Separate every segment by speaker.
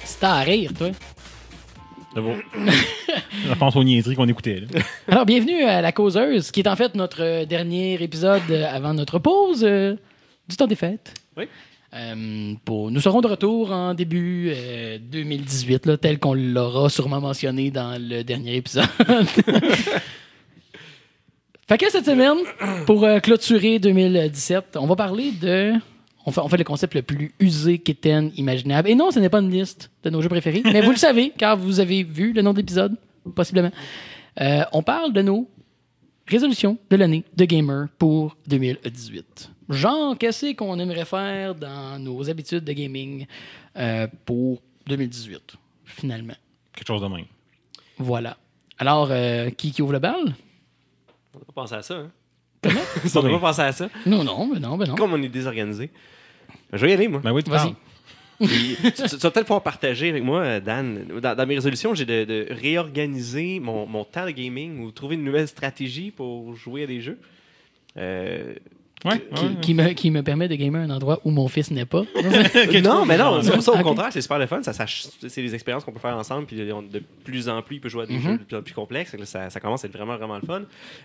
Speaker 1: tu t'en à rire, toi.
Speaker 2: Ah
Speaker 3: C'est beau. Je pense aux niaiseries qu'on écoutait. là.
Speaker 1: Alors, bienvenue à La Causeuse, qui est en fait notre euh, dernier épisode euh, avant notre pause euh, du temps des fêtes.
Speaker 3: Oui.
Speaker 1: Euh, pour- nous serons de retour en début euh, 2018, là, tel qu'on l'aura sûrement mentionné dans le dernier épisode. fait que cette semaine, pour euh, clôturer 2017, on va parler de... On fait, on fait le concept le plus usé, quétaine, imaginable. Et non, ce n'est pas une liste de nos jeux préférés, mais vous le savez, car vous avez vu le nom de l'épisode, possiblement. Euh, on parle de nos résolutions de l'année de gamer pour 2018. Genre, qu'est-ce qu'on aimerait faire dans nos habitudes de gaming euh, pour 2018, finalement.
Speaker 3: Quelque chose de même.
Speaker 1: Voilà. Alors, euh, qui, qui ouvre le bal?
Speaker 2: On n'a pas pensé à ça, hein? on n'a pas pensé à ça.
Speaker 1: Non, non, mais non, mais non.
Speaker 2: Comme on est désorganisé. Je vais y aller, moi.
Speaker 3: Ben oui, tu
Speaker 1: Vas-y.
Speaker 3: parles.
Speaker 2: Puis, tu, tu- tu vas peut-être pouvoir partager avec moi, euh, Dan. Dans, dans mes résolutions, j'ai de, de réorganiser mon, mon temps de gaming ou trouver une nouvelle stratégie pour jouer à des jeux. Euh,
Speaker 3: Ouais,
Speaker 1: Qui,
Speaker 3: ouais, ouais.
Speaker 1: qui me, qui me permet de gamer un endroit où mon fils n'est pas.
Speaker 2: non, mais non,
Speaker 1: genre.
Speaker 2: c'est ça au
Speaker 1: Ok.
Speaker 2: contraire, c'est super le fun. Ça, ça- c'est des expériences qu'on peut faire ensemble, puis on- de plus en plus, il peut jouer à des
Speaker 1: Mhm.
Speaker 2: jeux de plus en plus complexes. donc Ça, ça commence à être vraiment, vraiment le fun.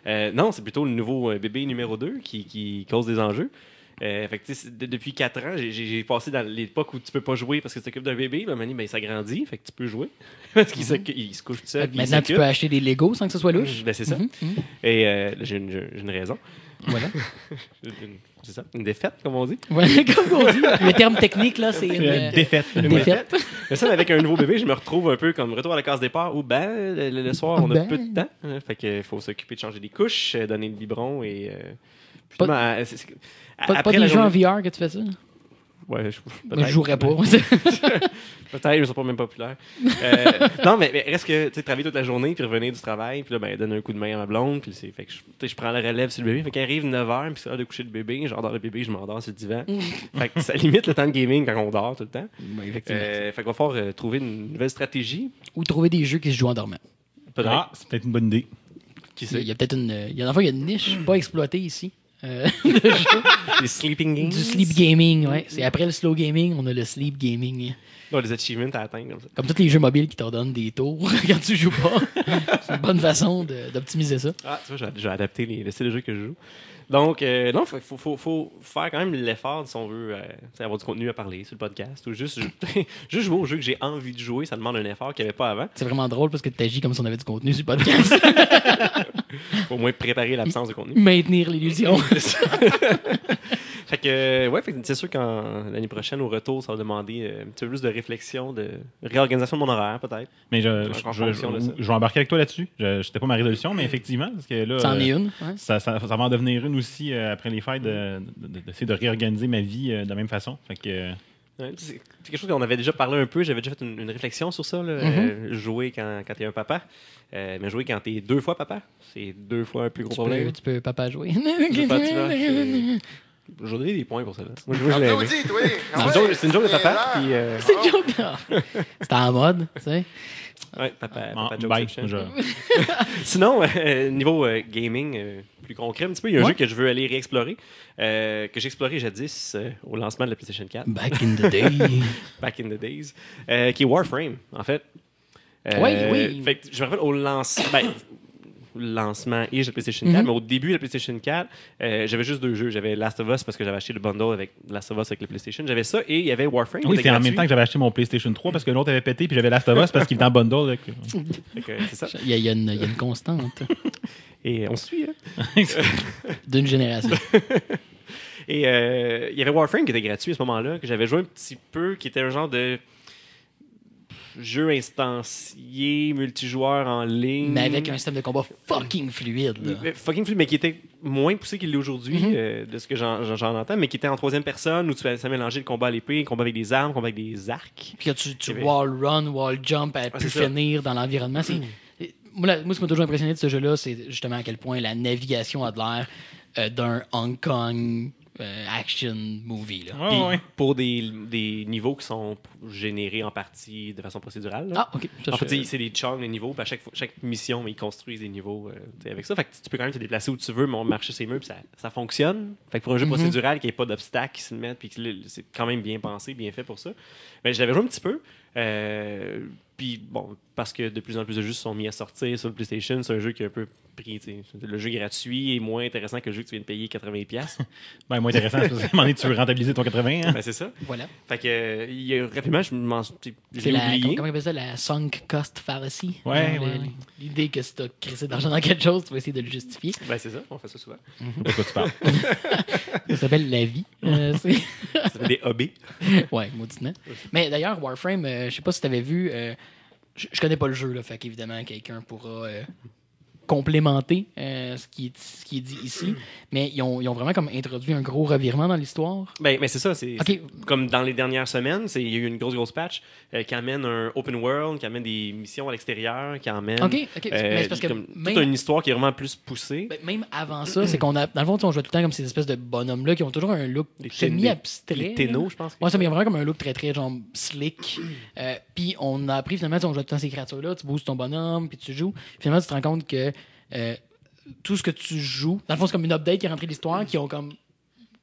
Speaker 2: Euh, non, c'est plutôt le nouveau euh, bébé numéro 2 qui, qui cause des enjeux. Euh, fait que, tu sais, c'est- de- depuis 4 ans, j'ai- j'ai j'ai passé dans l'époque où tu peux pas jouer parce que tu t'occupes d'un bébé. Ben, Manny, ben, ça grandit, fait que tu peux jouer. parce qu'il s'occu- il se couche tout seul. puis il
Speaker 1: Mm-hmm. Maintenant, tu
Speaker 2: s'occupe.
Speaker 1: peux acheter des Legos sans que ce soit louche.
Speaker 2: Ben, c'est ça.
Speaker 1: Mhm, mhm.
Speaker 2: Et euh, j'ai une, j'ai une raison.
Speaker 1: Voilà.
Speaker 2: Une- C'est ça, une défaite, comme on dit.
Speaker 1: Voilà, comme on dit. Le terme technique, là, c'est une,
Speaker 3: Euh,
Speaker 1: euh,
Speaker 3: défaite.
Speaker 1: une
Speaker 3: Ouais.
Speaker 1: défaite.
Speaker 2: Mais ça, mais avec un nouveau bébé, je me retrouve un peu comme retour à la case départ où, ben, le, le- le soir, on a
Speaker 1: Ben.
Speaker 2: peu de temps. hein, fait qu'il faut s'occuper de changer des couches, euh, donner le biberon et. euh, finalement, euh, c'est- c'est-
Speaker 1: Pas, pas
Speaker 2: après
Speaker 1: des
Speaker 2: la
Speaker 1: jeux en
Speaker 2: journée-
Speaker 1: VR que tu fais ça?
Speaker 2: Ouais, je,
Speaker 1: Je
Speaker 2: peut-être.
Speaker 1: jouerais pas.
Speaker 2: Peut-être, ils sont pas même populaires. Euh, non, mais, mais reste que, tu sais, travailler toute la journée, puis revenir du travail, puis là, ben, donner un coup de main à ma blonde, puis c'est. Fait que, je- tu sais, je prends la relève sur le bébé. Fait qu'arrive 9h, puis c'est l'heure de coucher le bébé, j'endors le bébé, je m'endors sur le divan.
Speaker 1: Mm.
Speaker 2: fait que ça limite le temps de gaming quand on dort tout le temps.
Speaker 1: Ben,
Speaker 2: Euh, fait qu'on va falloir euh, trouver une nouvelle stratégie.
Speaker 1: Ou trouver des jeux qui se jouent en dormant.
Speaker 2: Peut-être.
Speaker 3: Ah, c'est peut-être une bonne idée.
Speaker 2: Qui
Speaker 1: Il
Speaker 2: sait?
Speaker 1: y a peut-être une. Il y a, dans le fond, il y a une niche pas exploitée ici. Euh,
Speaker 2: Les sleeping games.
Speaker 1: du sleep gaming, ouais. C'est après le slow gaming, on a le sleep gaming.
Speaker 2: Non, les achievements à atteindre comme ça.
Speaker 1: Comme tous les jeux mobiles qui t'en donnent des tours quand tu joues pas. C'est une bonne façon de- d'optimiser ça.
Speaker 2: Ah, tu vois, je vais- je vais adapter les, le style de jeu que je joue. Donc, euh, non, il faut, faut- faut faire quand même l'effort si on veut euh, tu sais, avoir du contenu à parler sur le podcast ou juste, jou- juste jouer au jeu que j'ai envie de jouer. Ça demande un effort qu'il n'y avait pas avant.
Speaker 1: C'est vraiment drôle parce que tu agis comme si on avait du contenu sur le podcast.
Speaker 2: Faut au moins préparer l'absence de contenu.
Speaker 1: Maintenir l'illusion.
Speaker 2: Fait que, euh, ouais, fait que c'est sûr qu'en l'année prochaine, au retour, ça va demander euh, un petit peu plus de réflexion, de réorganisation de mon horaire, peut-être.
Speaker 3: Mais je,
Speaker 2: Ouais,
Speaker 3: je,
Speaker 2: en
Speaker 3: je-
Speaker 2: fonction de ça.
Speaker 3: je vais embarquer avec toi là-dessus. Je n'étais pas ma résolution, mais effectivement, parce que là,
Speaker 1: C'en est
Speaker 3: euh,
Speaker 1: une. ouais.
Speaker 3: ça, ça- ça va en devenir une aussi euh, après les fêtes, de- de- de- d'essayer de, réorganiser ma vie euh, de la même façon. Fait que, euh,
Speaker 2: Ouais, C'est c'est quelque chose qu'on avait déjà parlé un peu. J'avais déjà fait une, une réflexion sur ça.
Speaker 1: Mhm.
Speaker 2: là. Euh, jouer quand, quand t'es un papa. Euh, mais jouer quand t'es deux fois papa, c'est deux fois un plus gros
Speaker 1: Tu
Speaker 2: problème.
Speaker 1: peux, tu peux papa jouer.
Speaker 2: Je veux pas, tu vois,
Speaker 1: euh.
Speaker 2: je- je vais donner des points pour celle-là. Moi, je veux que je l'aime.
Speaker 4: Applaudis, toi.
Speaker 2: C'est une joke- c'est une joke de papa. Puis, euh,
Speaker 1: C'est une joke. C'était en mode, tu sais.
Speaker 2: ouais,
Speaker 1: Ah,
Speaker 2: papa,
Speaker 3: en-
Speaker 2: papa
Speaker 3: bye.
Speaker 2: jokeception.
Speaker 3: Je-
Speaker 2: Sinon, euh, niveau euh, gaming, euh, plus concret, un petit peu, il y a un
Speaker 1: Ouais.
Speaker 2: jeu que je veux aller réexplorer, euh, que j'ai exploré jadis euh, au lancement de la PlayStation 4,
Speaker 1: Back in the day.
Speaker 2: back in the days, euh, qui est Warframe, en fait. Euh,
Speaker 1: Oui, oui.
Speaker 2: fait que je me rappelle au lancement. ben, lancement et j'ai la PlayStation 4,
Speaker 1: Mhm.
Speaker 2: mais au début de la PlayStation 4, euh, j'avais juste deux jeux. J'avais Last of Us parce que j'avais acheté le bundle avec Last of Us avec la PlayStation. J'avais ça et il y avait Warframe. qui
Speaker 3: Oui,
Speaker 2: était
Speaker 3: c'est en
Speaker 2: gratuit.
Speaker 3: même temps que j'avais acheté mon PlayStation 3 parce que l'autre avait pété puis j'avais Last of Us parce qu'il était en bundle. là, que-
Speaker 2: Fait que, euh, c'est ça.
Speaker 1: Il y, a- il y a une il y a une constante
Speaker 2: Et on se suit. hein.
Speaker 1: d'une génération.
Speaker 2: Et euh, il y avait Warframe qui était gratuit à ce moment-là, que j'avais joué un petit peu, qui était un genre de jeu instancié, multijoueur en ligne.
Speaker 1: Mais
Speaker 3: Mm.
Speaker 1: avec un système de combat fucking fluide. là.
Speaker 2: Mais Euh, fucking fluide, mais qui était moins poussé qu'il l'est aujourd'hui, euh, de ce que j'en j'en- j'en entends, mais qui était en troisième personne où tu as- ça mélangeait le combat à l'épée, le combat avec des armes, le combat avec des arcs.
Speaker 1: Puis que tu, tu
Speaker 2: C'est vrai.
Speaker 1: wall run, wall jump
Speaker 3: Ah,
Speaker 1: à plus
Speaker 2: c'est ça.
Speaker 1: finir dans l'environnement.
Speaker 3: Mm.
Speaker 1: C'est- Moi, la- moi, ce qui m'a toujours impressionné de ce jeu-là, c'est justement à quel point la navigation a de l'air euh, d'un Hong Kong euh, action movie. là.
Speaker 3: Ouais,
Speaker 2: Puis
Speaker 3: ouais.
Speaker 2: Pour des, des niveaux qui sont générés en partie de façon procédurale. là.
Speaker 1: Ah, ok. Ça,
Speaker 2: En
Speaker 1: je-
Speaker 2: fait, c'est des chunks, des niveaux. Puis à chaque, fois- chaque mission, ils construisent des niveaux euh, tu sais, avec ça. Fait que tu peux quand même te déplacer où tu veux, mais on marche ses murs, puis ça, ça fonctionne. Fait que pour un jeu
Speaker 1: Mhm.
Speaker 2: procédural qui n'y ait pas d'obstacles qui se mettent, puis que le- c'est quand même bien pensé, bien fait pour ça. Mais j'avais joué un petit peu. Euh, puis bon, parce que de plus en plus de jeux se sont mis à sortir sur le PlayStation, c'est un jeu qui a un peu pris. tu sais, Le jeu gratuit est moins intéressant que le jeu que tu viens de payer 80$. piastres.
Speaker 3: Ben, moi, intéressant, parce que à un moment donné, tu veux rentabiliser ton 80. hein.
Speaker 2: ben, c'est ça.
Speaker 1: Voilà.
Speaker 2: Fait que euh, il y a- rapidement, je m'en tu sais, je
Speaker 1: C'est
Speaker 2: l'ai
Speaker 1: la, comment
Speaker 2: oublié.
Speaker 1: comment on appelle ça, la sunk cost fallacy.
Speaker 3: Ouais,
Speaker 1: Genre,
Speaker 3: ouais,
Speaker 1: le-
Speaker 3: ouais.
Speaker 1: L'idée que si t'as crissé d'argent dans quelque chose, tu vas essayer de le justifier.
Speaker 2: Ben, c'est ça, on fait ça souvent.
Speaker 3: Je sais pas de quoi tu parles.
Speaker 1: Ça s'appelle la vie. Euh, c'est-
Speaker 2: Ça fait des hobbies.
Speaker 1: ouais, mauditement. Mais d'ailleurs, Warframe, euh, je sais pas si t'avais vu, euh, je je connais pas le jeu, là, fait qu'évidemment, quelqu'un pourra euh, complémenter euh, ce, qui est, ce qui est dit ici. Mais ils ont, ils ont vraiment comme introduit un gros revirement dans l'histoire.
Speaker 2: Ben, mais c'est ça, c'est
Speaker 1: Ok.
Speaker 2: c'est comme dans les dernières semaines, c'est- il y a eu une grosse, grosse patch euh, qui amène un open world, qui amène des missions à l'extérieur, qui amène
Speaker 1: Ok, ok.
Speaker 2: euh,
Speaker 1: Mais c'est parce que
Speaker 2: comme
Speaker 1: même-
Speaker 2: toute une histoire qui est vraiment plus poussée.
Speaker 1: Ben, même avant ça, c'est qu'on a. Dans le fond, tu sais, on joue tout le temps comme ces espèces de bonhommes-là qui ont toujours un look
Speaker 2: Des
Speaker 1: semi-abstrait.
Speaker 2: Les
Speaker 1: là.
Speaker 2: ténos, je pense. que-
Speaker 1: Ouais, ça mais il y a vraiment comme un look très très genre slick. Euh, puis on a appris finalement, tu sais, on joue tout le temps ces créatures-là, tu boostes ton bonhomme, puis tu joues. Finalement, tu te rends compte que euh, tout ce que tu joues, dans le fond, c'est comme une update qui est rentrée de l'histoire, qui ont comme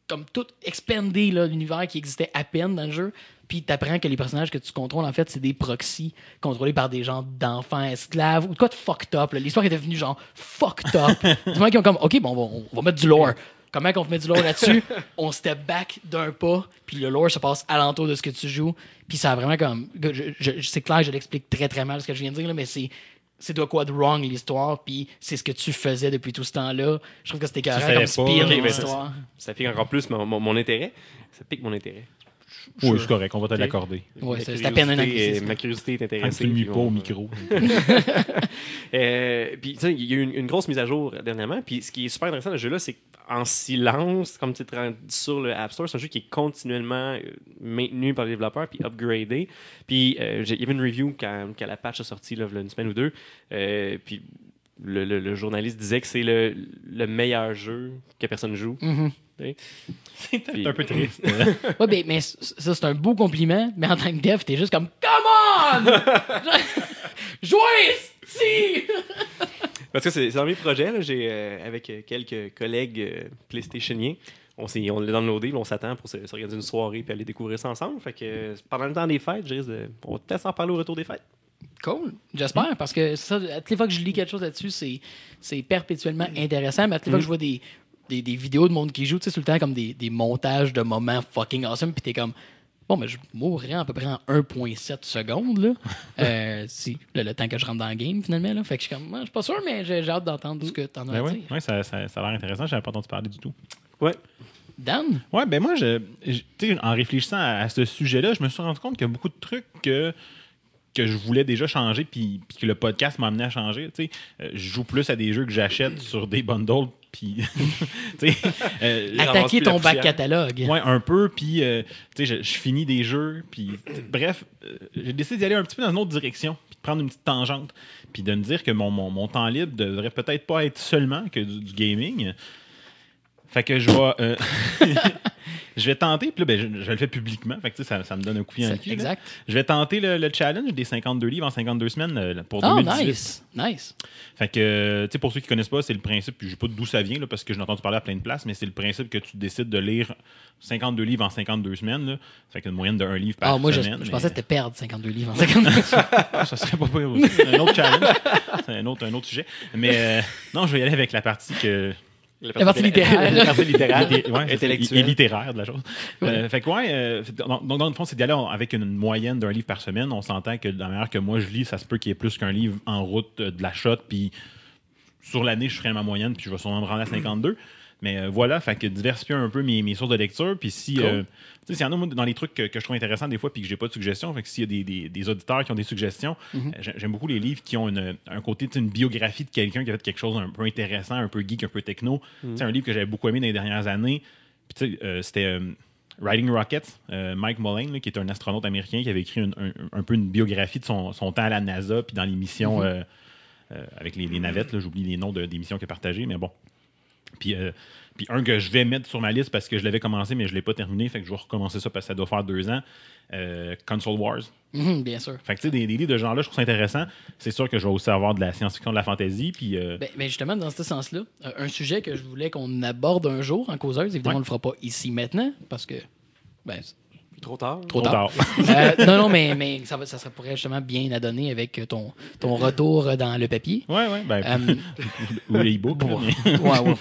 Speaker 1: comme tout expandé là, l'univers qui existait à peine dans le jeu. Puis t'apprends que les personnages que tu contrôles, en fait, c'est des proxys contrôlés par des gens d'enfants esclaves ou de quoi de fucked up. là. L'histoire est devenue genre fucked up. du moment qu'ils ont comme, OK, bon, on va, on va mettre du lore. Comment qu'on met du lore là-dessus? on step back d'un pas, puis le lore se passe alentour de ce que tu joues. Puis ça a vraiment comme. je- je- c'est clair, je l'explique très très mal ce que je viens de dire, là, mais c'est. C'est de quoi de wrong l'histoire, puis c'est ce que tu faisais depuis tout ce temps-là. Je trouve que c'était carrément comme
Speaker 3: savais pas,
Speaker 1: spin
Speaker 3: là,
Speaker 2: ouais.
Speaker 1: l'histoire.
Speaker 2: Ça pique encore plus mon, mon- mon intérêt. Ça pique mon intérêt.
Speaker 3: Oui, c'est correct, on va te l'accorder.
Speaker 1: Ouais,
Speaker 2: Ma
Speaker 1: c'est c'est à peine un
Speaker 2: curiosité est-
Speaker 1: anglicisme.
Speaker 2: Ma curiosité est
Speaker 3: Tant que
Speaker 2: intéressée.
Speaker 3: Ah, tu le mis
Speaker 2: puis
Speaker 3: pas
Speaker 2: on-
Speaker 3: au micro.
Speaker 2: Euh, puis, tu sais, il y a eu une, une grosse mise à jour euh, dernièrement. Puis, ce qui est super intéressant dans ce jeu-là, c'est qu'en silence, comme tu te rends sur le App Store, c'est un jeu qui est continuellement euh, maintenu par les développeurs puis upgradé. Puis, euh, j'ai- il y avait une review quand, quand la patch a sorti, là, v'là une semaine ou deux. Euh, puis, le, le- le journaliste disait que c'est le, le meilleur jeu que personne joue.
Speaker 1: Mhm.
Speaker 3: C'est un peu triste.
Speaker 1: Ouais, ben, mais c- ça, c'est un beau compliment, mais en tant que dev, t'es juste comme Come on! Jouez! Si!
Speaker 2: Parce que c'est c'est dans mes projets, là, j'ai, euh, avec euh, quelques collègues euh, PlayStationiens, on, s'est- on l'a downloadé, puis on s'attend pour se- s'organiser une soirée puis aller découvrir ça ensemble. Fait que euh, pendant le temps des fêtes, je risque de- on va peut-être s'en parler au retour des fêtes.
Speaker 1: Cool, j'espère, parce que ça, à toutes les fois que je lis quelque chose là-dessus, c'est, c'est perpétuellement intéressant, mais à toutes les fois que je vois des, des, des vidéos de monde qui joue, tu sais, tout le temps comme des, des montages de moments fucking awesome, puis t'es comme, bon, mais je mourrais à peu près en 1,7 secondes, là, Euh, si, le, le temps que je rentre dans le game, finalement, là, fait que je suis comme, Ah, je suis pas sûr, mais j'ai, j'ai hâte d'entendre ce que t'en as
Speaker 3: Ben
Speaker 1: à
Speaker 3: ouais,
Speaker 1: dire.
Speaker 3: ouais, ça, ça, ça a l'air intéressant, j'avais pas entendu parler du tout.
Speaker 2: Ouais.
Speaker 1: Dan?
Speaker 3: Ouais, ben moi, je, je- tu sais, en réfléchissant à, à ce sujet-là, je me suis rendu compte qu'il y a beaucoup de trucs que, que je voulais déjà changer, puis, puis que le podcast m'a amené à changer. Tu sais, Euh, je joue plus à des jeux que j'achète sur des bundles, puis. tu sais, euh,
Speaker 2: ramasse
Speaker 1: Attaquer
Speaker 2: plus la
Speaker 1: ton bac
Speaker 2: poussière.
Speaker 1: catalogue.
Speaker 3: Ouais, un peu, puis euh, tu sais, je, je finis des jeux, puis bref, euh, j'ai décidé d'aller un petit peu dans une autre direction, puis de prendre une petite tangente, puis de me dire que mon, mon, mon temps libre devrait peut-être pas être seulement que du, du gaming. Fait que je vais, euh, je vais tenter, puis là, ben, je, je le fais publiquement, fait que tu sais, ça, ça me donne un coup de pied dans le
Speaker 1: C'est
Speaker 3: cul, là.
Speaker 1: exact.
Speaker 3: Je vais tenter le, le challenge des 52 livres en 52 semaines euh, pour
Speaker 1: Oh,
Speaker 3: 2018.
Speaker 1: nice. Nice.
Speaker 3: Fait que, euh, tu sais, pour ceux qui connaissent pas, c'est le principe, puis je sais pas d'où ça vient, là, parce que je l'ai entendu parler à plein de places, mais c'est le principe que tu décides de lire 52 livres en 52 semaines. Là. Fait qu'une moyenne de un livre par
Speaker 1: Ah, moi, je,
Speaker 3: semaine.
Speaker 1: je
Speaker 3: mais-
Speaker 1: pensais que c'était perdre 52 livres en 52
Speaker 3: Ah, ça serait pas pire aussi. C'est un autre challenge. C'est un autre, un autre sujet. Mais euh, non, je vais y aller avec la partie que.
Speaker 1: La partie littéraire.
Speaker 3: La partie littéraire et, ouais,
Speaker 2: Intellectuelle.
Speaker 3: et littéraire de la chose. Euh, fait que, ouais, euh, fait- donc, donc, dans le fond, c'est d'aller avec une moyenne d'un livre par semaine. On s'entend que de la manière que moi je lis, ça se peut qu'il y ait plus qu'un livre en route euh, de la shot. Puis sur l'année, je ferai ma moyenne, puis je vais sûrement me rendre à 52. Mais euh, voilà, fait que diversifier un peu mes, mes sources de lecture. Puis si. euh, tu sais, s'il y en a moi, dans les trucs que, que je trouve intéressants des fois, puis que j'ai pas de suggestions, fait que s'il y a des, des- des auditeurs qui ont des suggestions, euh, j'ai- j'aime beaucoup les livres qui ont une- un côté, tu sais, une biographie de quelqu'un qui a fait quelque chose d'un peu intéressant, un peu geek, un peu techno. C'est un livre que j'avais beaucoup aimé dans les dernières années. Puis tu sais, euh, c'était. euh, Riding Rockets, euh, Mike Mullane, là, qui est un astronaute américain qui avait écrit une- un, un peu une biographie de son, son temps à la NASA, puis dans les missions euh, euh, avec les, les navettes. là, J'oublie les noms de- des missions qu'il a partagées, mais bon. Puis, euh, puis un que je vais mettre sur ma liste parce que je l'avais commencé, mais je ne l'ai pas terminé. Fait que je vais recommencer ça parce que ça doit faire deux ans. Euh, Console Wars.
Speaker 1: Mhm, bien sûr.
Speaker 3: Fait que tu sais, des, des livres de ce genre-là, je trouve ça intéressant. C'est sûr que je vais aussi avoir de la science-fiction, de la fantasy. Puis, euh,
Speaker 1: Ben, ben, justement, dans ce sens-là, euh, un sujet que je voulais qu'on aborde un jour en causeuse, évidemment,
Speaker 3: Ouais.
Speaker 1: on le fera pas ici maintenant, parce que ben, c-
Speaker 2: Trop tard.
Speaker 1: Trop tard. Euh, non, non, mais, mais ça, va- ça serait- pourrait justement bien à donner avec ton, ton retour dans le papier.
Speaker 3: Ouais, ouais. Ben,
Speaker 1: Euh,
Speaker 3: ou les e-books. là,
Speaker 1: pour-
Speaker 3: mais-
Speaker 1: ouais, ouais.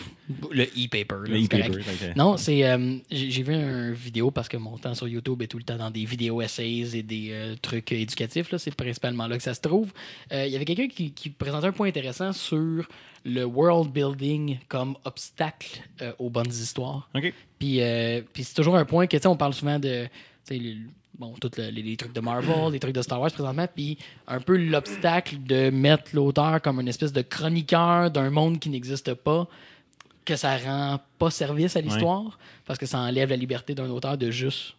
Speaker 1: Le e-paper. là,
Speaker 3: les
Speaker 1: c'est correct.
Speaker 3: e-papers, fait que-
Speaker 1: Non, c'est. euh, j'ai j'ai vu une vidéo parce que mon temps sur YouTube est tout le temps dans des vidéos essays et des euh, trucs éducatifs. là. C'est principalement là que ça se trouve. Euh, Il y avait quelqu'un qui, qui présentait un point intéressant sur le world building comme obstacle euh, aux bonnes histoires.
Speaker 3: OK.
Speaker 1: Puis, euh, puis c'est toujours un point que, tu sais, on parle souvent de. tu sais, le- Bon, tous le- les, les trucs de Marvel, les trucs de Star Wars présentement, puis un peu l'obstacle de mettre l'auteur comme une espèce de chroniqueur d'un monde qui n'existe pas, que ça rend pas service à l'histoire, parce que ça enlève la liberté d'un auteur de juste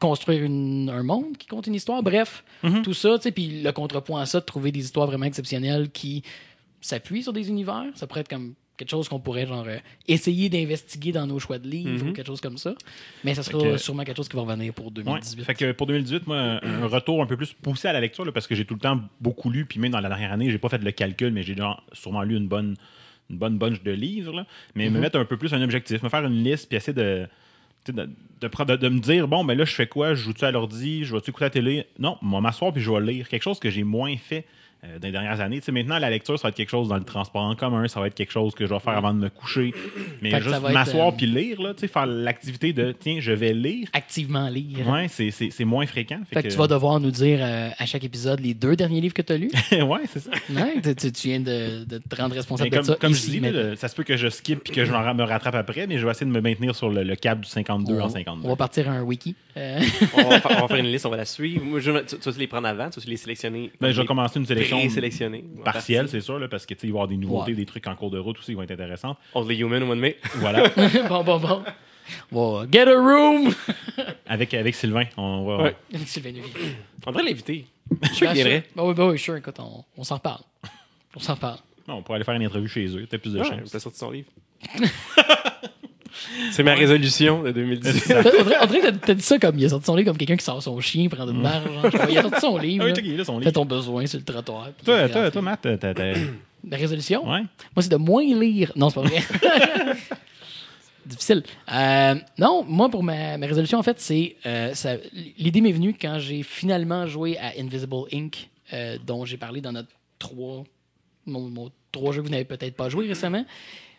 Speaker 1: construire une- un monde qui compte une histoire. Bref,
Speaker 3: Mhm.
Speaker 1: tout ça, tu sais, puis le contrepoint à ça, de trouver des histoires vraiment exceptionnelles qui s'appuient sur des univers, ça pourrait être comme quelque chose qu'on pourrait genre euh, essayer d'investiguer dans nos choix de livres ou quelque chose comme ça. Mais ça sera
Speaker 3: Mhm. Fait que-
Speaker 1: sûrement quelque chose qui va revenir pour
Speaker 3: Ouais.
Speaker 1: 2018.
Speaker 3: Fait que pour 2018, moi, un- un retour un peu plus poussé à la lecture, là, parce que j'ai tout le temps beaucoup lu, puis même dans la dernière année, j'ai pas fait le calcul, mais j'ai genre sûrement lu une bonne, une bonne bunch de livres. là. Mais
Speaker 1: Mhm.
Speaker 3: me mettre un peu plus un objectif, me faire une liste, puis essayer de, tu sais, de, de, pre- de- de me dire, bon, ben là, je fais quoi Je joue-tu à l'ordi Je vais-tu écouter la télé Non, moi, m'asseoir, puis je vais lire. Quelque chose que j'ai moins fait. euh, dans les dernières années. Tu sais, maintenant, la lecture, ça va être quelque chose dans le transport en commun, ça va être quelque chose que je vais faire avant de me coucher. Mais
Speaker 1: Fait que ça
Speaker 3: juste
Speaker 1: va être,
Speaker 3: m'asseoir
Speaker 1: euh,
Speaker 3: puis lire, là, tu sais, faire l'activité de tiens, je vais lire,
Speaker 1: Activement lire.
Speaker 3: Ouais, c'est- c'est c'est moins fréquent.
Speaker 1: Fait que tu vas devoir nous dire euh, à chaque épisode les deux derniers livres que tu as lus.
Speaker 3: ouais, c'est ça.
Speaker 1: Ouais, tu, tu- tu viens de, de te rendre responsable
Speaker 3: Mais comme
Speaker 1: de ça.
Speaker 3: comme
Speaker 1: ici,
Speaker 3: je dis,
Speaker 1: mais-
Speaker 3: là, ça se peut que je skip puis que je m'en ra- me rattrape après, mais je vais essayer de me maintenir sur le, le cap du 52
Speaker 1: on,
Speaker 3: en
Speaker 1: on
Speaker 3: 52.
Speaker 1: va partir à un wiki. Euh,
Speaker 2: on, va faire, on va faire une liste, on va la suivre. Moi, je, tu, tu vas les prendre avant, tu vas les sélectionner.
Speaker 3: Ben, je vais commencer une sélection
Speaker 2: Pré-sélectionner.
Speaker 3: partielle, c'est sûr, là, parce que tu sais, il va y avoir des nouveautés,
Speaker 1: Ouais.
Speaker 3: des trucs en cours de route aussi qui vont être intéressants.
Speaker 2: Only Human, One May.
Speaker 3: Voilà.
Speaker 1: bon, bon, bon. Bon, get a room!
Speaker 3: avec, avec Sylvain, on va.
Speaker 2: Ouais.
Speaker 1: Avec Sylvain Lévy.
Speaker 2: On devrait l'inviter. Je suis sûr
Speaker 1: Ben,
Speaker 2: qu'il viendrait.
Speaker 1: sûr. Ben oui, ben oui, sure, écoute, on, on s'en reparle. On s'en reparle.
Speaker 3: Non, on pourrait aller faire une entrevue chez eux, t'as plus de
Speaker 2: Ouais,
Speaker 3: chance.
Speaker 2: il a sorti son livre. c'est ma résolution de 2018.
Speaker 1: On dirait on dirait que t'as- t'as dit ça comme il a sorti son livre comme quelqu'un qui sort son chien, prend une barre. genre, je sais pas, il a sorti son
Speaker 3: Ah
Speaker 1: livre.
Speaker 3: oui,
Speaker 1: là.
Speaker 3: check, il est là, son
Speaker 1: Fais
Speaker 3: livre.
Speaker 1: ton besoin sur le trottoir. puis
Speaker 3: Toi,
Speaker 1: regarde.
Speaker 3: toi, toi, Matt, t'as- t'as- t'as-
Speaker 1: La résolution?
Speaker 3: ouais.
Speaker 1: Moi, c'est de moins lire. Non, c'est pas vrai. Difficile. Euh, non, moi, pour ma, ma résolution, en fait, c'est. euh, ça- L'idée m'est venue quand j'ai finalement joué à Invisible Inc., euh, dont j'ai parlé dans notre trois. Mon, mon trois jeux que vous n'avez peut-être pas joué récemment.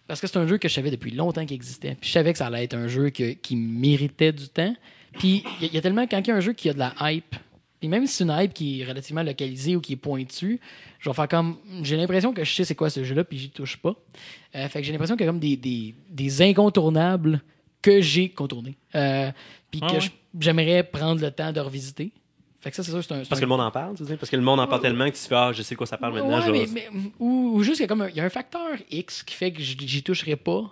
Speaker 1: Parce que c'est un jeu que je savais depuis longtemps qu'il existait. Puis je savais que ça allait être un jeu que- qui méritait du temps. Puis il y a- il y, a tellement, quand il y a un jeu qui a de la hype, puis même si c'est une hype qui est relativement localisée ou qui est pointue, je vais faire comme. J'ai l'impression que je sais c'est quoi ce jeu-là, puis j'y touche pas. Euh, fait que j'ai l'impression qu'il y a comme des, des- des incontournables que j'ai contournés. Euh, puis
Speaker 3: Ah
Speaker 1: que
Speaker 3: ouais.
Speaker 1: je- j'aimerais prendre le temps de revisiter. Fait que ça, c'est sûr, c'est un. c'est
Speaker 2: Parce
Speaker 1: un-
Speaker 2: que le monde en parle, tu sais. Parce que le monde en parle tellement que tu fais, ah, je sais de quoi ça parle maintenant.
Speaker 1: Ouais,
Speaker 2: je vais-
Speaker 1: mais- mais- ou, ou juste qu'il y a comme un, il y a un facteur X qui fait que j- j'y toucherai pas,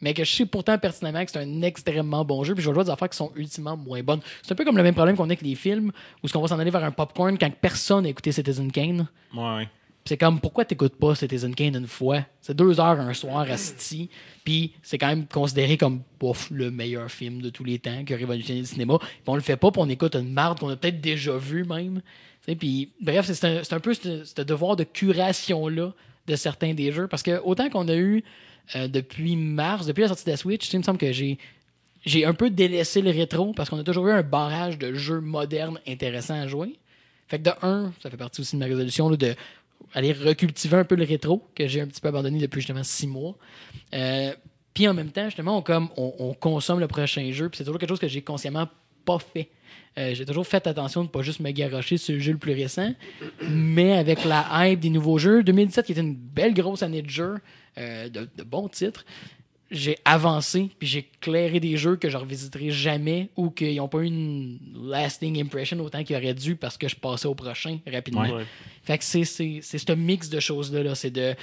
Speaker 1: mais que je sais pourtant pertinemment que c'est un extrêmement bon jeu, puis je vais jouer à des affaires qui sont ultimement moins bonnes. C'est un peu comme le même problème qu'on a avec les films, où ce qu'on va s'en aller vers un popcorn quand personne n'a écouté Citizen Kane.
Speaker 3: Ouais, ouais.
Speaker 1: Puis C'est comme pourquoi t'écoutes pas Citizen Kane une fois C'est deux heures un soir à City, puis c'est quand même considéré comme bof, le meilleur film de tous les temps qui a révolutionné le cinéma. Puis on le fait pas, puis on écoute une marde qu'on a peut-être déjà vue même. Tu sais, Puis bref, c'est un, c'est un peu ce, ce devoir de curation là de certains des jeux, parce que autant qu'on a eu euh, depuis mars, depuis la sortie de la Switch, tu sais, il me semble que j'ai j'ai un peu délaissé le rétro parce qu'on a toujours eu un barrage de jeux modernes intéressants à jouer. Fait que de un, ça fait partie aussi de ma résolution là, de aller recultiver un peu le rétro que j'ai un petit peu abandonné depuis justement six mois. Euh, puis en même temps, justement, on, comme, on, on consomme le prochain jeu. Puis c'est toujours quelque chose que j'ai consciemment pas fait. Euh, j'ai toujours fait attention de pas juste me garocher sur le jeu le plus récent. Mais avec la hype des nouveaux jeux, 2017 qui était une belle grosse année de jeu, euh, de, de bons titres, j'ai avancé, puis j'ai clairé des jeux que je revisiterai jamais ou qu'ils n'ont pas eu une lasting impression autant qu'ils auraient dû parce que je passais au prochain rapidement.
Speaker 3: Ouais.
Speaker 2: Ouais.
Speaker 1: Fait que c'est c'est- c'est ce mix de choses-là. là. C'est de,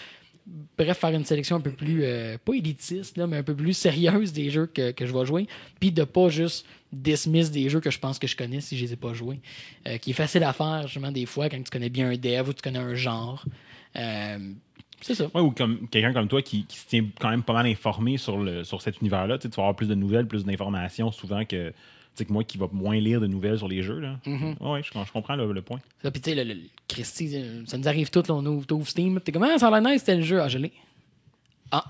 Speaker 1: bref, faire une sélection un peu plus, euh, pas élitiste, là, mais un peu plus sérieuse des jeux que, que je vais jouer. Puis de pas juste dismiss des jeux que je pense que je connais si je les ai pas joués. Euh, qui est facile à faire, justement, des fois, quand tu connais bien un dev ou tu connais un genre. Euh, c'est ça.
Speaker 3: Ouais, ou comme quelqu'un comme toi qui, qui se tient quand même pas mal informé sur, le, sur cet univers-là. Tu sais, tu vas avoir plus de nouvelles, plus d'informations souvent que, tu sais, que moi qui va moins lire de nouvelles sur les jeux. Là. Ouais, je, je comprends le, le point.
Speaker 1: Là, puis tu sais, le, le- le- Christy, euh, ça nous arrive tout, là, on ouvre, t'ouvres Steam, puis t'es comme, ah, ça a l'air nice, c'était le jeu, ah, je l'ai. Ah,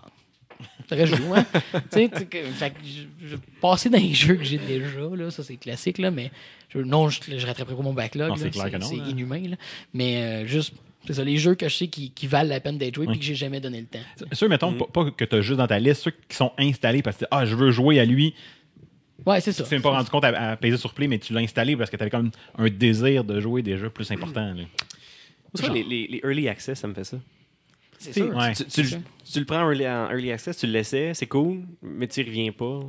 Speaker 1: Faudrait que je joue, hein? tu sais, tu- que- fait que je, je passais dans les jeux que j'ai déjà, là, ça c'est classique, là, mais je- non, je, je rattraperai pas mon backlog.
Speaker 3: Non,
Speaker 1: là,
Speaker 3: c'est clair que non, hein. là.
Speaker 1: inhumain, là. Mais euh, juste, c'est ça, les jeux que je sais qui, qui valent la peine d'être joués puis que j'ai jamais donné le temps. tu sais.
Speaker 3: Ceux, mettons, pas, pas que tu as juste dans ta liste, ceux qui sont installés parce que ah, je veux jouer à lui.
Speaker 1: Ouais, c'est ça.
Speaker 3: Tu t'es même pas rendu compte à, à peser sur play, mais tu l'as installé parce que tu avais comme un désir de jouer des jeux plus importants. là.
Speaker 2: Ça, les, les- les early access, ça me fait ça.
Speaker 1: C'est
Speaker 2: Tu sais,
Speaker 1: sûr.
Speaker 3: Ouais.
Speaker 2: tu, tu le-
Speaker 1: C'est ça.
Speaker 2: tu le prends en early- en early access, tu le laissais, c'est cool, mais tu y reviens pas.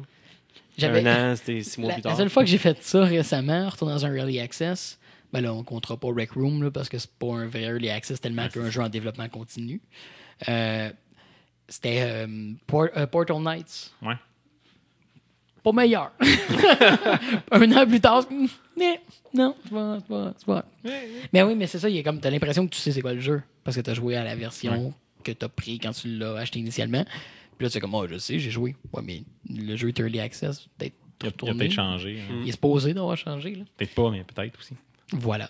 Speaker 1: J'avais-
Speaker 2: Un an, c'était six mois
Speaker 1: La,
Speaker 2: plus
Speaker 1: la
Speaker 2: tard.
Speaker 1: seule fois que j'ai fait ça récemment, retourné dans un Early Access, ben là, on comptera pas Rec Room là, parce que c'est pas un vrai Early Access tellement qu'un jeu en développement continu. Euh, C'était euh, Por- euh, Portal Knights.
Speaker 3: Ouais.
Speaker 1: Pas meilleur. un an plus tard, c'est- mais non, c'est pas, c'est pas- c'est pas- Mais oui, mais c'est ça, il y a comme, t'as l'impression que tu sais c'est quoi le jeu parce que t'as joué à la version que t'as pris quand tu l'as acheté initialement. Puis là, tu es comme, oh, je sais, j'ai joué. Ouais, mais le jeu est Early Access, peut-être
Speaker 3: Il a, il a
Speaker 1: retourné.
Speaker 3: peut-être changé. hein.
Speaker 1: Il est supposé d'avoir changé. Là.
Speaker 3: Peut-être pas, mais peut-être aussi.
Speaker 1: Voilà.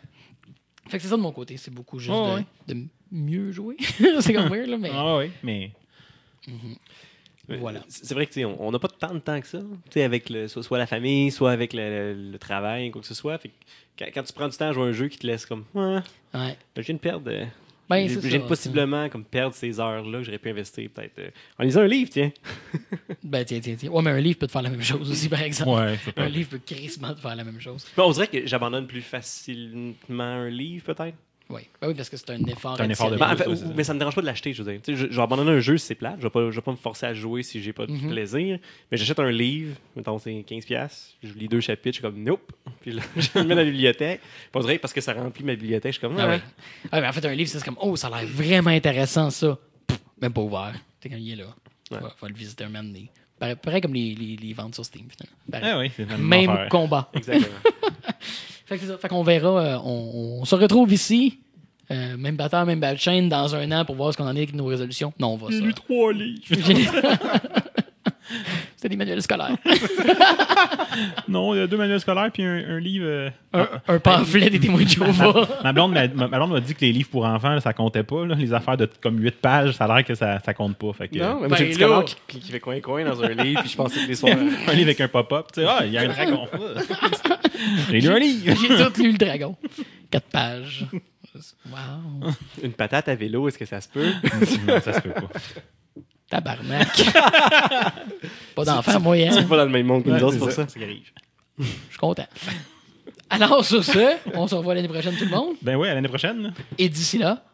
Speaker 1: Fait que c'est ça de mon côté. C'est beaucoup juste
Speaker 3: Ouais,
Speaker 1: de,
Speaker 3: ouais.
Speaker 1: de mieux jouer. c'est comme weird, là, mais
Speaker 3: Ah oui, mais
Speaker 2: Mais
Speaker 1: voilà.
Speaker 2: C'est c'est vrai que tu sais, on on n'a pas tant de temps que ça, tu sais, avec le, soit, soit la famille, soit avec le, le- le travail, quoi que ce soit. Fait que quand, quand tu prends du temps à jouer à un jeu qui te laisse comme, ah,
Speaker 1: Ouais.
Speaker 2: j'ai une perte. de- euh,
Speaker 1: Ben,
Speaker 2: j'ai
Speaker 1: c'est
Speaker 2: j'ai
Speaker 1: ça,
Speaker 2: possiblement comme perdre ces heures-là que j'aurais pu investir peut-être euh, en lisant un livre, tiens.
Speaker 1: Ben, tiens, tiens, tiens. Ouais, mais un livre peut te faire la même chose aussi, par exemple.
Speaker 3: Ouais, c'est pas-
Speaker 1: Un livre peut crissement te faire la même chose.
Speaker 2: Bon, on dirait que j'abandonne plus facilement un livre peut-être.
Speaker 1: Ouais. Ben oui, parce que c'est un effort.
Speaker 3: C'est un effort de
Speaker 2: Ben, en
Speaker 1: additionnel.
Speaker 3: toi,
Speaker 2: fait,
Speaker 3: c'est ça.
Speaker 2: mais ça me dérange pas de l'acheter, je veux dire. Tu sais, Je, je vais abandonner un jeu si c'est plate. Je vais pas, je vais pas me forcer à jouer si j'ai pas de
Speaker 1: Mhm.
Speaker 2: plaisir. Mais j'achète un livre, mettons c'est 15$, piastres, je lis deux chapitres, je suis comme nope. Puis là, je le mets dans la bibliothèque. Puis on dirait que parce que ça remplit ma bibliothèque, je suis comme
Speaker 1: Ah
Speaker 2: ah,
Speaker 1: ouais. Ah, ben, en fait, un livre, c'est comme, oh, ça a l'air vraiment intéressant, ça. Pff, même pas ouvert. T'es comme, il est là.
Speaker 2: Ouais.
Speaker 1: Va, va le visiter un moment donné. Pareil, pareil comme les, les, les ventes sur Steam, finalement. Pareil.
Speaker 3: Ah oui, c'est la
Speaker 1: même
Speaker 3: affaire.
Speaker 1: combat.
Speaker 2: Exactement.
Speaker 1: Fait que c'est ça. Fait qu'on verra. euh, on, on se retrouve ici. euh, même batteur, même balle chaîne dans un an pour voir ce qu'on en est avec nos résolutions. Non, on va
Speaker 3: J'ai
Speaker 1: ça.
Speaker 3: lu trois livres.
Speaker 1: C'était des manuels scolaires.
Speaker 3: Non, il y a deux manuels scolaires puis un, un livre. euh,
Speaker 1: Un, un pamphlet des témoins de Jéhovah.
Speaker 3: Ma blonde m'a ma- ma blonde m'a dit que les livres pour enfants, là, ça comptait pas. là. Les affaires de t- comme 8 pages, ça a l'air que ça, ça compte pas. Fait que,
Speaker 2: non, mais
Speaker 1: Ben
Speaker 2: moi, j'ai un petit
Speaker 1: là.
Speaker 2: canard qui, qui- qui fait coin-coin dans un livre, puis je pense que les soirs.
Speaker 3: euh, un livre avec un pop-up, tu sais, ah, il y a un dragon. J'ai lu un livre.
Speaker 1: J'ai tout lu le dragon. Quatre pages. Wow.
Speaker 2: Une patate à vélo, est-ce que ça se peut?
Speaker 3: Non, ça se peut pas.
Speaker 1: Tabarnak. Pas d'enfant moyen.
Speaker 2: C'est pas dans le même monde que nous
Speaker 3: Ouais,
Speaker 2: autres,
Speaker 3: c'est
Speaker 2: c'est pour ça.
Speaker 3: ça.
Speaker 1: Je suis content. Alors, sur ce, on se revoit l'année prochaine, tout le monde.
Speaker 3: Ben ouais, à l'année prochaine.
Speaker 1: Et d'ici là,